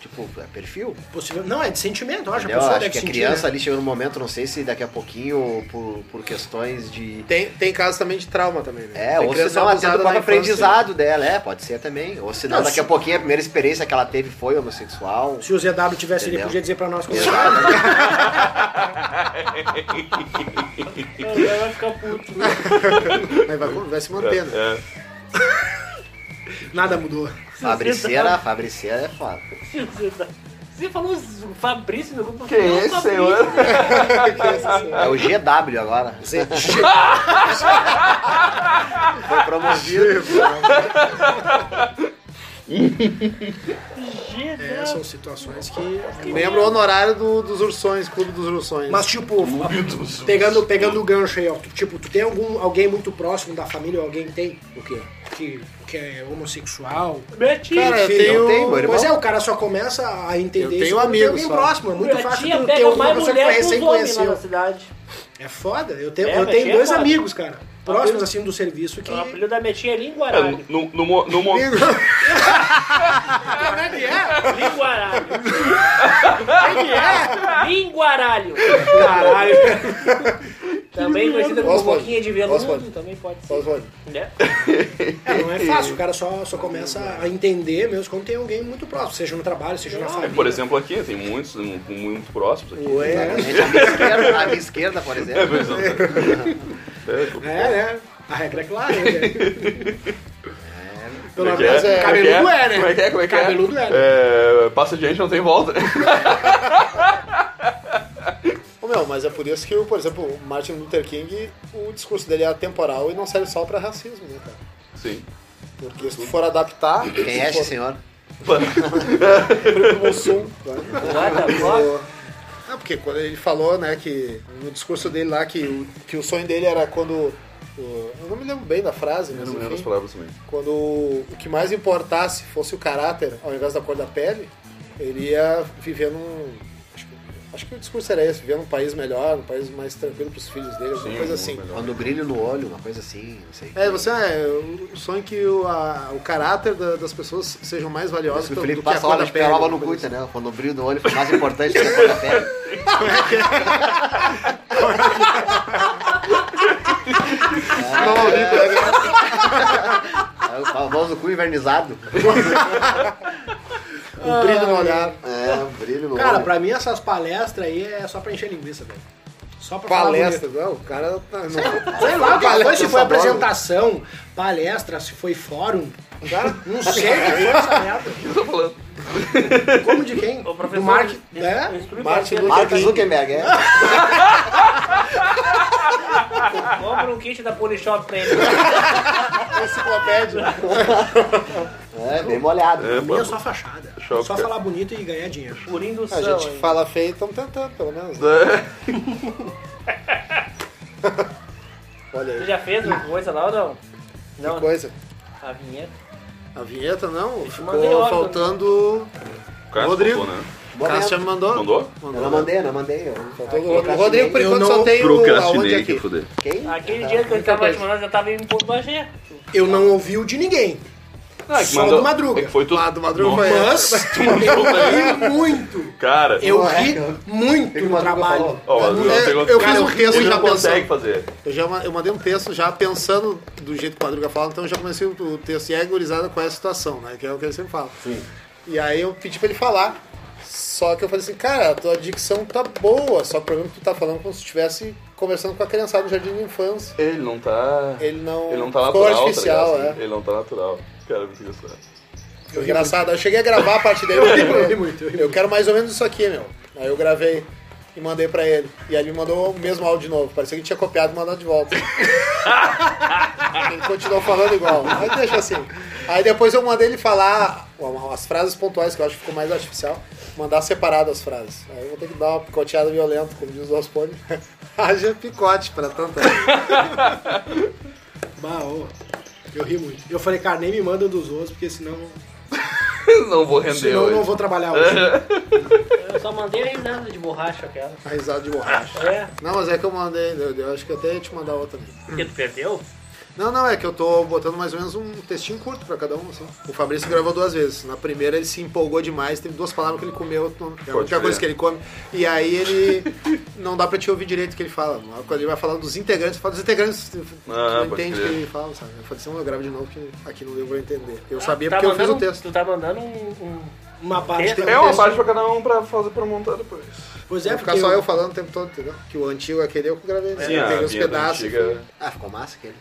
Speaker 5: Tipo, é perfil.
Speaker 3: Possível. Não, é de sentimento, eu acho. A
Speaker 5: entendeu?
Speaker 3: pessoa
Speaker 5: Acho
Speaker 3: deve
Speaker 5: que a
Speaker 3: sentir,
Speaker 5: criança
Speaker 3: né?
Speaker 5: ali chega num momento, não sei se daqui a pouquinho, por, por questões de.
Speaker 4: Tem, tem casos também de trauma também, né?
Speaker 5: É,
Speaker 4: Tem
Speaker 5: ou se
Speaker 4: criança
Speaker 5: não, até
Speaker 4: abusada
Speaker 5: do
Speaker 4: na infância.
Speaker 5: próprio
Speaker 4: né?
Speaker 5: aprendizado dela, é, pode ser também. Ou se não,
Speaker 3: Não,
Speaker 5: daqui
Speaker 3: se-
Speaker 5: a pouquinho a primeira experiência que ela teve foi homossexual.
Speaker 3: Se o ZW tivesse, ele
Speaker 5: Entendeu?
Speaker 3: podia dizer pra nós como
Speaker 6: Não, não, vai ficar puto.
Speaker 4: Mas vai, vai se manter, né?
Speaker 2: É,
Speaker 3: Nada mudou.
Speaker 5: Fabriceira, fabriceira é foda.
Speaker 6: Você falou o Fabrício no grupo.
Speaker 2: Que isso, senhor?
Speaker 5: É o GW agora. Foi promovido.
Speaker 4: Tipo,
Speaker 3: É, são situações que. é
Speaker 4: Membro honorário do- dos Ursões, Clube dos Ursões.
Speaker 3: Mas, tipo, pegando, pegando o gancho aí, ó. tu- Tipo, tu tem algum, alguém muito próximo da família ou alguém que tem o quê? Que, que é homossexual?
Speaker 6: Minha tia.
Speaker 4: Cara, eu
Speaker 3: Filho,
Speaker 5: eu
Speaker 4: tenho,
Speaker 5: tenho, meu irmão.
Speaker 3: Pois é, o cara só começa a entender
Speaker 4: Eu tenho
Speaker 3: isso quando
Speaker 4: amigos
Speaker 3: tem alguém
Speaker 4: só.
Speaker 3: próximo. É muito
Speaker 6: Minha
Speaker 3: fácil
Speaker 6: tia
Speaker 3: tu ter
Speaker 6: pega
Speaker 3: uma
Speaker 6: mais
Speaker 3: pessoa que tu
Speaker 6: mulher que os
Speaker 3: recém
Speaker 6: homens lá na
Speaker 3: conheceu.
Speaker 6: cidade.
Speaker 3: É foda. Eu tenho,
Speaker 6: É,
Speaker 3: eu
Speaker 6: mas
Speaker 3: tenho
Speaker 6: é
Speaker 3: dois
Speaker 6: foda.
Speaker 3: amigos, cara. Próximos, assim, do serviço que...
Speaker 6: O apelido da minha tia é
Speaker 2: é,
Speaker 6: Linguaralho.
Speaker 2: no, no, mo- no, mo-
Speaker 6: Linguaralho. é? Linguaralho.
Speaker 3: Caralho.
Speaker 6: Também conhecida como
Speaker 4: Oswald.
Speaker 6: boquinha de veludo.
Speaker 4: Oswald.
Speaker 6: Também pode ser.
Speaker 4: Oswald.
Speaker 6: Né?
Speaker 3: É, não é fácil. O cara só, só começa a entender mesmo quando tem alguém muito próximo. Seja no trabalho, seja na família.
Speaker 2: por exemplo, aqui, tem muitos, muito, muito próximos aqui.
Speaker 5: Exatamente, A minha esquerda, a minha esquerda, por
Speaker 2: É,
Speaker 5: exemplo.
Speaker 2: por exemplo.
Speaker 3: É, né? A regra é clara, né? velho?
Speaker 2: Como
Speaker 3: Pelo
Speaker 2: é que é?
Speaker 3: menos é...
Speaker 2: Como é que
Speaker 3: Cabeludo é,
Speaker 2: é?
Speaker 3: né?
Speaker 2: Como é que é? Como é que é?
Speaker 3: Cabeludo é,
Speaker 2: é? Passa diante, não tem volta, né?
Speaker 4: Ô, meu, mas é por isso que, por exemplo, o Martin Luther King, o discurso dele é atemporal e não serve só pra racismo, né, cara?
Speaker 2: Sim.
Speaker 4: Porque se tu for adaptar,
Speaker 5: Quem é esse
Speaker 4: se
Speaker 5: senhor?
Speaker 4: for pro sul, né?
Speaker 3: tá
Speaker 6: Nada, ó.
Speaker 4: Não, porque quando ele falou, né, que no discurso dele lá, que o, que o sonho dele era quando... o- Eu não me lembro bem da frase,
Speaker 2: Eu
Speaker 4: mas
Speaker 2: não lembro as
Speaker 4: enfim,
Speaker 2: palavras também.
Speaker 4: quando o que mais importasse fosse o caráter ao invés da cor da pele, ele ia viver num. Acho que, acho que o discurso era esse: viver num país melhor, um país mais tranquilo pros filhos dele, alguma
Speaker 2: Sim,
Speaker 4: coisa
Speaker 2: um
Speaker 4: assim.
Speaker 2: melhor.
Speaker 5: Quando brilho no olho, uma coisa assim, não sei.
Speaker 4: É, você é o sonho que o, a- o caráter da- das pessoas sejam mais valiosos
Speaker 5: O
Speaker 4: do, do
Speaker 5: Felipe
Speaker 4: que é a
Speaker 5: passa
Speaker 4: cor
Speaker 5: hora
Speaker 4: da
Speaker 5: de
Speaker 4: pele.
Speaker 5: pelava no cu, entendeu? Quando o brilho no olho foi mais importante do que a cor da pele.
Speaker 4: Não, Vitor,
Speaker 5: É o famoso cu invernizado.
Speaker 4: um brilho no olhar.
Speaker 5: É, o brilho no
Speaker 3: Cara,
Speaker 5: olho.
Speaker 3: pra mim essas palestras aí é só pra encher linguiça, velho. Só pra falar
Speaker 4: Palestra, não, o cara tá- não-
Speaker 3: bonito. Sei lá, o que
Speaker 4: Palestra
Speaker 3: foi, se foi
Speaker 4: essa bola.
Speaker 3: apresentação, palestra, se foi fórum.
Speaker 4: Cara,
Speaker 3: Não sei o que foi essa merda.
Speaker 2: Eu tô falando.
Speaker 3: Como de quem?
Speaker 6: Ô,
Speaker 3: Do
Speaker 6: professor,
Speaker 3: Mark.
Speaker 6: eu- eu
Speaker 3: É?
Speaker 6: instrui
Speaker 4: Martin
Speaker 6: você-
Speaker 5: Mark Zuckerberg, é.
Speaker 6: Compra um kit da Polishop pra ele.
Speaker 4: enciclopédia.
Speaker 5: É, bem molhado.
Speaker 2: É,
Speaker 3: Minha
Speaker 2: pô,
Speaker 3: é só fachada.
Speaker 2: Choca.
Speaker 3: Só falar bonito e ganhar dinheiro.
Speaker 6: Por indução.
Speaker 4: A gente
Speaker 6: hein?
Speaker 4: fala feio, estamos tentando, pelo menos. né? Olha
Speaker 6: Você
Speaker 4: aí,
Speaker 6: já fez alguma coisa lá ou não? Não,
Speaker 4: que coisa.
Speaker 6: a vinheta.
Speaker 4: A vinheta não,
Speaker 6: mandei
Speaker 4: ficou
Speaker 6: outra.
Speaker 4: faltando.
Speaker 2: O Cássio
Speaker 4: Rodrigo.
Speaker 2: falou, né?
Speaker 5: Bom
Speaker 4: Cássio já
Speaker 5: mesmo.
Speaker 4: me mandou?
Speaker 2: Mandou?
Speaker 5: Eu não mandei, eu não mandei. eu-
Speaker 4: Faltou do Rodrigo. O Rodrigo, por
Speaker 3: Eu
Speaker 4: enquanto,
Speaker 3: não
Speaker 4: só tem é o aonde
Speaker 2: Procrastinei que
Speaker 4: aqui.
Speaker 2: fuder.
Speaker 5: Quem?
Speaker 6: Aquele dia que eu tava te mandando, eu tava indo pro Bagé.
Speaker 3: Eu não ouvi o de ninguém.
Speaker 2: Ah,
Speaker 3: Só do Madruga.
Speaker 2: é que Foi tu...
Speaker 4: Ah, do Madruga
Speaker 2: Nossa,
Speaker 4: foi
Speaker 3: Mas eu vi muito.
Speaker 2: Cara,
Speaker 3: Eu
Speaker 5: Ué,
Speaker 3: vi
Speaker 5: cara.
Speaker 3: muito
Speaker 5: Ele
Speaker 3: no
Speaker 5: mandou
Speaker 3: trabalho.
Speaker 5: falou.
Speaker 2: ó, o Madruga
Speaker 4: É,
Speaker 2: pegou-
Speaker 4: eu fiz
Speaker 2: Cara,
Speaker 4: um texto
Speaker 2: ele
Speaker 4: já
Speaker 2: não consegue fazer.
Speaker 4: Eu, já, ma- eu mandei um texto já pensando do jeito que o Madruga fala, então eu já comecei o, o texto. E é gurizada qual é a situação, né? Que é o que ele sempre fala. E aí eu pedi pra ele falar. Só que eu falei assim, cara, a tua dicção tá boa, só que o problema é que tu tá falando como se estivesse conversando com a criançada no jardim de infância.
Speaker 2: Ele não tá.
Speaker 4: Ele não.
Speaker 2: Ele não tá
Speaker 4: ficou
Speaker 2: natural. tá
Speaker 4: artificial,
Speaker 2: ligado?
Speaker 4: é.
Speaker 2: Ele não tá natural. Cara, é muito engraçado.
Speaker 4: Eu engraçado. Eu cheguei a gravar a parte dele.
Speaker 3: Eu ri muito, eu ri muito.
Speaker 4: Eu quero mais ou menos isso aqui, meu. Aí eu gravei e mandei pra ele. E aí ele me mandou o mesmo áudio de novo. Parecia que ele tinha copiado e mandado de volta. ele continuou falando igual. Aí deixa assim. Aí depois eu mandei ele falar uma- as frases pontuais, que eu acho que ficou mais artificial. Mandar separado as frases. Aí eu vou ter que dar uma picoteada violenta, como diz o Raspone. Haja picote pra tanta.
Speaker 3: Bah, ô, eu ri muito. Eu falei, cara, nem me manda dos outros, porque senão,
Speaker 2: não vou render
Speaker 3: senão eu
Speaker 2: hoje.
Speaker 3: não vou trabalhar hoje.
Speaker 6: Eu só mandei a risada de borracha aquela.
Speaker 4: A risada de borracha.
Speaker 6: É?
Speaker 4: Não, mas é que eu mandei, eu, eu acho que até ia te mandar outra né? também.
Speaker 6: Porque tu perdeu?
Speaker 4: Não, não, é que eu tô botando mais ou menos um textinho curto pra cada um, assim. O Fabrício gravou duas vezes. Na primeira ele se empolgou demais, teve duas palavras que ele comeu, não- é a única
Speaker 2: crer.
Speaker 4: coisa que ele come. E aí ele. não dá pra te ouvir direito o que ele fala. mano. Quando ele vai falando dos integrantes, fala dos integrantes, tu tu
Speaker 2: Ah,
Speaker 4: não
Speaker 2: pode
Speaker 4: entende o
Speaker 2: crer.
Speaker 4: que ele fala, sabe? Eu falei assim, "Não, eu gravo de novo, que aqui não deu pra entender. Eu sabia
Speaker 6: Tá
Speaker 4: É porque eu fiz
Speaker 6: mandando
Speaker 4: o
Speaker 6: um-
Speaker 4: texto.
Speaker 6: Tu tá mandando um. um-
Speaker 3: Uma parte tem
Speaker 2: É uma
Speaker 3: um texto.
Speaker 2: parte pra cada um pra fazer pra montar depois.
Speaker 3: Pois
Speaker 6: um
Speaker 3: é,
Speaker 4: Vai ficar
Speaker 3: porque
Speaker 4: só
Speaker 3: eu-
Speaker 4: eu falando o tempo todo, entendeu? Que o antigo, aquele eu gravei. né?
Speaker 2: Sim,
Speaker 4: eu
Speaker 2: É, a
Speaker 4: peguei os
Speaker 2: vinheta
Speaker 4: pedaços.
Speaker 2: antiga-
Speaker 5: Ah, ficou massa aquele.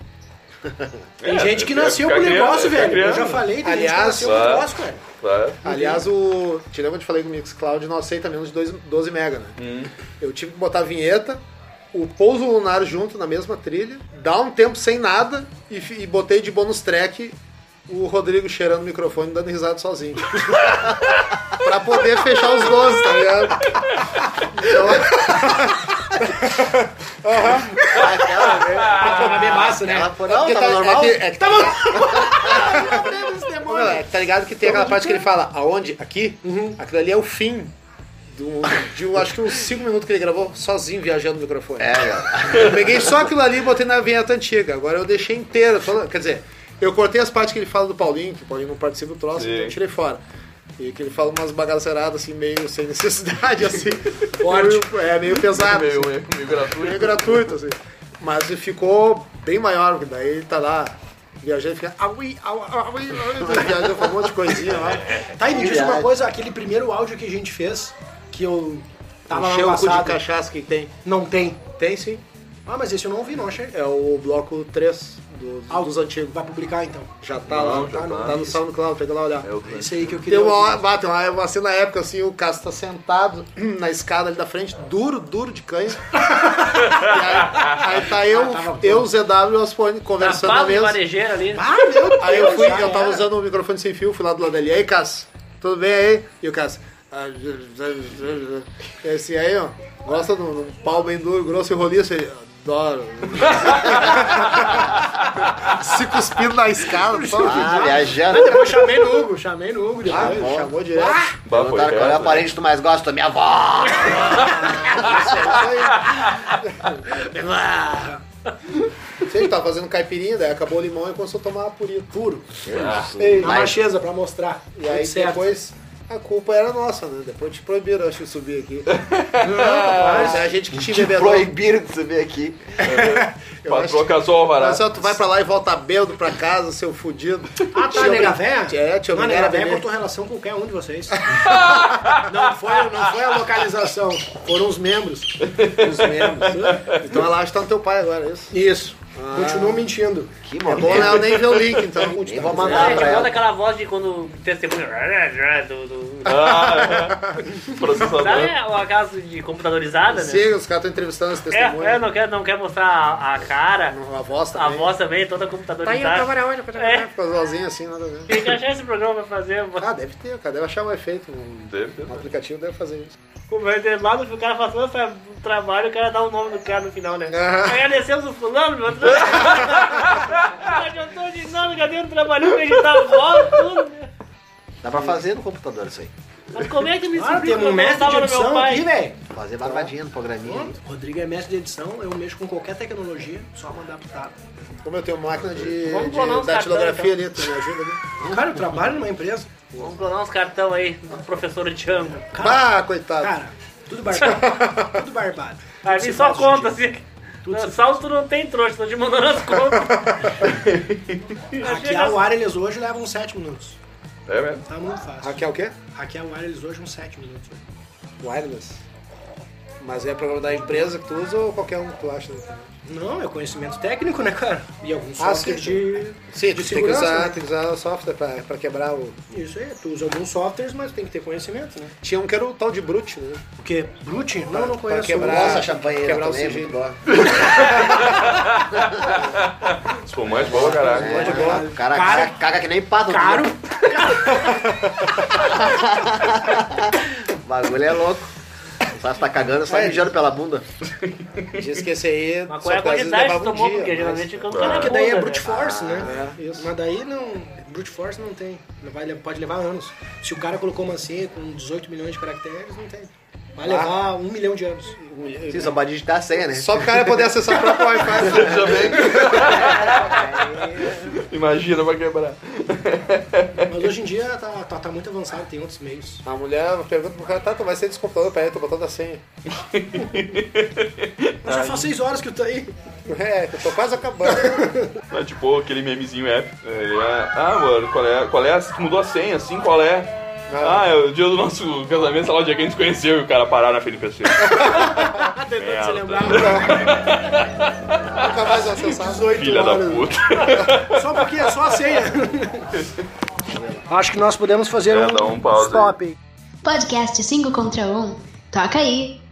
Speaker 3: Tem
Speaker 2: É,
Speaker 3: gente que
Speaker 2: é
Speaker 3: nasceu
Speaker 2: ficar
Speaker 3: pro
Speaker 2: criando,
Speaker 3: negócio,
Speaker 2: é ficar
Speaker 3: velho. Eu já
Speaker 2: criando.
Speaker 3: falei, tem
Speaker 4: Aliás,
Speaker 3: gente que nasceu pro
Speaker 2: ah.
Speaker 3: negócio, cara.
Speaker 2: Claro.
Speaker 4: Aliás, o. Te lembra que eu te falei que o Mixcloud não aceita menos de 12, 12 mega, né? Eu tive que botar a vinheta, o pouso lunar junto na mesma trilha, dar um tempo sem nada e, fi- e botei de bônus track o Rodrigo cheirando o microfone e dando risada sozinho. pra poder fechar os 12, tá ligado?
Speaker 5: Aquela,
Speaker 2: Ah.
Speaker 3: Pra beber massa, né?
Speaker 5: aquela foi
Speaker 4: Não,
Speaker 5: porque
Speaker 4: tava normal.
Speaker 5: normal.
Speaker 4: É que, é que tá... Ô, meu, é que tá ligado que tem aquela parte que ele fala, aonde? Aqui? Aquilo ali é o fim. Do, de um- acho que uns 5 minutos que ele gravou sozinho viajando no microfone.
Speaker 5: É, cara.
Speaker 4: Eu peguei só aquilo ali e botei na vinheta antiga. Agora eu deixei inteira. toda- Quer dizer, eu cortei as partes que ele fala do Paulinho, que o Paulinho não participa do troço,
Speaker 2: Sim.
Speaker 4: então eu tirei fora. E que ele fala umas bagaceiradas assim, meio sem necessidade, assim.
Speaker 3: Forte.
Speaker 4: Meio- é, meio pesado.
Speaker 2: Meio,
Speaker 4: assim.
Speaker 2: meio, meio
Speaker 4: Meio
Speaker 2: gratuito.
Speaker 4: gratuito, assim. Mas ficou bem maior, porque daí ele tá lá viajando e fica. Aui, aui, aui, aui, viajando com um monte de coisinha lá.
Speaker 3: Tá, e me diz uma
Speaker 5: Verdade.
Speaker 3: coisa, aquele primeiro áudio que a gente fez, que eu tava lá
Speaker 4: Encheu
Speaker 3: no
Speaker 4: o cu de
Speaker 3: passado,
Speaker 4: cachaça que tem.
Speaker 3: não tem.
Speaker 4: Tem sim.
Speaker 3: Ah, mas esse eu não ouvi não, achei.
Speaker 4: É o bloco 3 do-
Speaker 3: Ah.
Speaker 4: dos antigos.
Speaker 3: Vai publicar então.
Speaker 4: Já tá
Speaker 2: Não,
Speaker 4: lá,
Speaker 2: já tá.
Speaker 4: tá, no- tá no SoundCloud, pega lá olhar.
Speaker 2: É o
Speaker 3: É isso aí que eu
Speaker 4: Tem
Speaker 3: queria
Speaker 4: uma
Speaker 3: ouvir.
Speaker 4: hora, bate uma, uma cena épica assim, o Cássio tá sentado na escada ali da frente, duro, duro de canha. E aí, aí tá eu,
Speaker 3: tava bom.
Speaker 4: eu, o ZW e o Ospone conversando na
Speaker 6: Tapado de
Speaker 4: mesa.
Speaker 6: varejeira ali. né?
Speaker 3: Ah, meu Deus,
Speaker 4: Aí eu fui,
Speaker 3: já
Speaker 4: eu tava
Speaker 3: era.
Speaker 4: usando o microfone sem fio, fui lá do lado dele. E aí, Cássio, tudo bem aí? E o Cássio. "Ah, j- j- j- j-". Esse assim, aí, ó, gosta de um de um pau bem duro, grosso e roliço. Ele, adoro. Se cuspindo na escada, só.
Speaker 5: Ah, viajando.
Speaker 3: Eu chamei no Hugo, chamei no Hugo
Speaker 4: Ah,
Speaker 3: depois.
Speaker 4: chamou direto.
Speaker 2: Bah, né? foi
Speaker 5: Perguntaram qual é
Speaker 2: reto,
Speaker 5: o parente que tu mais gosta? Minha avó!
Speaker 4: Sei que tava fazendo caipirinha, daí acabou o limão e começou a tomar puri, puro.
Speaker 3: Ei, na macheza pra mostrar.
Speaker 4: E aí
Speaker 3: Tudo certo.
Speaker 4: depois a culpa era nossa, né? Depois te proibiram, acho, de subir aqui. Não, rapaz, é a gente que te bebedou.
Speaker 5: Proibiram de subir aqui.
Speaker 2: né? Patroa casou o alvará.
Speaker 4: Mas só tu vai pra lá e volta bêbado pra casa, seu fudido.
Speaker 3: Ah, tá,
Speaker 4: Te
Speaker 3: nega
Speaker 4: obri-
Speaker 3: véia?
Speaker 4: É, te
Speaker 3: Não,
Speaker 4: obrigaram
Speaker 3: nega
Speaker 4: a
Speaker 3: véia
Speaker 4: beber.
Speaker 3: cortou relação com qualquer um de vocês. não, foi, não foi a localização, foram os membros.
Speaker 4: Os membros. Então ela acha que tá no teu pai agora, é isso?
Speaker 3: Isso. Continuam mentindo.
Speaker 5: Que
Speaker 4: É bom
Speaker 5: momento.
Speaker 4: ela nem ver o link, então.
Speaker 5: Nem vou
Speaker 6: Ah,
Speaker 5: mandar
Speaker 6: ele
Speaker 5: pra
Speaker 6: manda
Speaker 5: ela.
Speaker 6: aquela voz de quando testemunha. Do, do,
Speaker 2: Ah, é. Processador.
Speaker 6: Sabe a casa de computadorizada, né?
Speaker 4: Sim, os caras estão entrevistando as
Speaker 6: É,
Speaker 4: testemunhas.
Speaker 6: é, não quer, não quer mostrar a, a cara,
Speaker 4: A voz
Speaker 6: a
Speaker 4: também.
Speaker 6: voz também, é toda computadorizada.
Speaker 4: na onde?
Speaker 6: É.
Speaker 4: Fica sozinha assim, nada a ver.
Speaker 6: Tem que achar esse programa pra fazer. mano.
Speaker 4: Ah, deve ter, cara. Deve achar um efeito. Um,
Speaker 2: Deve ter.
Speaker 4: um aplicativo deve fazer isso.
Speaker 6: Como é que lá no fim, o cara faz todo essa- o trabalho, o cara dá o nome do cara no final, né?
Speaker 4: Aham.
Speaker 6: Agradecemos o fulano, meu Deus. Não adiantou de nada, cadê o trabalho pra editar a voz, tudo, né?
Speaker 5: Dá pra fazer no computador isso aí.
Speaker 6: Mas como é que me
Speaker 3: Ah,
Speaker 6: subiu
Speaker 3: tem um
Speaker 6: quando eu
Speaker 3: mestre de
Speaker 6: tava no meu
Speaker 3: edição
Speaker 6: pai?
Speaker 3: aqui, né? velho.
Speaker 5: Fazer barbadinha no programinha ali.
Speaker 3: Rodrigo é mestre de edição, eu mexo com qualquer tecnologia, só mandar pro cara.
Speaker 4: Como eu tenho máquina de,
Speaker 6: Vamos
Speaker 4: de
Speaker 6: clonar uns então.
Speaker 4: datilografia ali, tu me ajuda ali?
Speaker 3: Cara, eu trabalho numa empresa.
Speaker 6: Vamos clonar uns cartão aí do professor Django.
Speaker 4: Bah, coitado.
Speaker 3: Cara, tudo barbado. tudo barbado.
Speaker 6: Aí
Speaker 3: Tudo se
Speaker 6: só
Speaker 3: faz hoje em
Speaker 6: conta,
Speaker 3: dia.
Speaker 6: assim.
Speaker 3: Tudo
Speaker 6: Não,
Speaker 3: se
Speaker 6: salto não tem trouxa, tô te mandando as contas.
Speaker 3: é
Speaker 4: é
Speaker 6: assim,
Speaker 3: Aqui a Wireless hoje levam 7 minutos.
Speaker 2: É mesmo?
Speaker 3: Tá muito fácil. é
Speaker 4: Raquel o quê?
Speaker 3: Raquel Wireless hoje uns 7 minutos.
Speaker 4: Wireless. Mas é programa da empresa que tu usa ou qualquer um que tu acha?
Speaker 3: Não, é conhecimento técnico, né, cara? E algum
Speaker 4: Ah,
Speaker 3: software
Speaker 4: sim.
Speaker 3: de. de
Speaker 4: Sim, tu tem que
Speaker 3: segurança,
Speaker 4: usar,
Speaker 3: né?
Speaker 4: tem que usar o software pra, pra quebrar o.
Speaker 3: Isso aí, tu usa alguns softwares, mas tem que ter conhecimento, né?
Speaker 4: Tinha um que era o tal de Brute, né?
Speaker 3: O quê? Brute? Não, não
Speaker 4: Pra
Speaker 3: conheço.
Speaker 4: quebrar,
Speaker 5: Nossa, champanhe
Speaker 4: quebrar o
Speaker 5: também, é muito
Speaker 4: sigilo.
Speaker 5: boa.
Speaker 2: Espumante boa, caralho.
Speaker 4: Tá
Speaker 5: É,
Speaker 4: bola.
Speaker 3: Cara.
Speaker 5: cara, cara, caga que nem pato.
Speaker 3: Caro.
Speaker 5: O bagulho é louco. Só se tá cagando, só mijando pela bunda.
Speaker 4: Diz que esse aí.
Speaker 6: Mas
Speaker 4: só
Speaker 6: qual é a
Speaker 4: que às vezes
Speaker 6: quantidade que
Speaker 4: levava um
Speaker 6: tomou?
Speaker 4: dia,
Speaker 6: porque
Speaker 4: mas-
Speaker 6: geralmente quando o
Speaker 2: Ah,
Speaker 6: cara
Speaker 3: Porque daí é
Speaker 6: bunda,
Speaker 3: brute
Speaker 6: né?
Speaker 3: force, né?
Speaker 4: É, isso.
Speaker 3: Mas daí não. Brute force não tem. Não vai, pode levar anos. Se o cara colocou uma senha com 18 milhões de caracteres, não tem. Vai
Speaker 4: Ah.
Speaker 3: levar um milhão de anos.
Speaker 5: Sim, só pode digitar a senha, né?
Speaker 4: Só pro cara poder acessar o próprio Wi-Fi. né?
Speaker 2: Já vem. Imagina pra quebrar.
Speaker 3: Mas hoje em dia tá, tá, tá muito avançado, tem outros meios.
Speaker 4: A mulher pergunta pro cara, tá, tu vai ser descomputador pra ele, tô botando a senha.
Speaker 3: Mas
Speaker 2: Tá,
Speaker 3: já faz 6 horas que eu tô aí.
Speaker 4: É, eu tô quase acabando.
Speaker 2: É tipo aquele memezinho app. ah, mano, qual é, qual é? a- Tu mudou a senha, assim, qual é? Ah, é o dia do nosso casamento, sei lá, o dia que a gente se conheceu e o cara parar na frente do PC.
Speaker 3: Ah, tentando se
Speaker 2: Merda.
Speaker 3: lembrar.
Speaker 4: Nunca mais vou acessar.
Speaker 3: 18
Speaker 2: Filha da
Speaker 3: horas.
Speaker 2: puta.
Speaker 3: Só porque é só a senha. Acho que nós podemos fazer
Speaker 2: É, dá um pause aí.
Speaker 3: stop.
Speaker 7: Podcast 5 contra 1. Toca aí!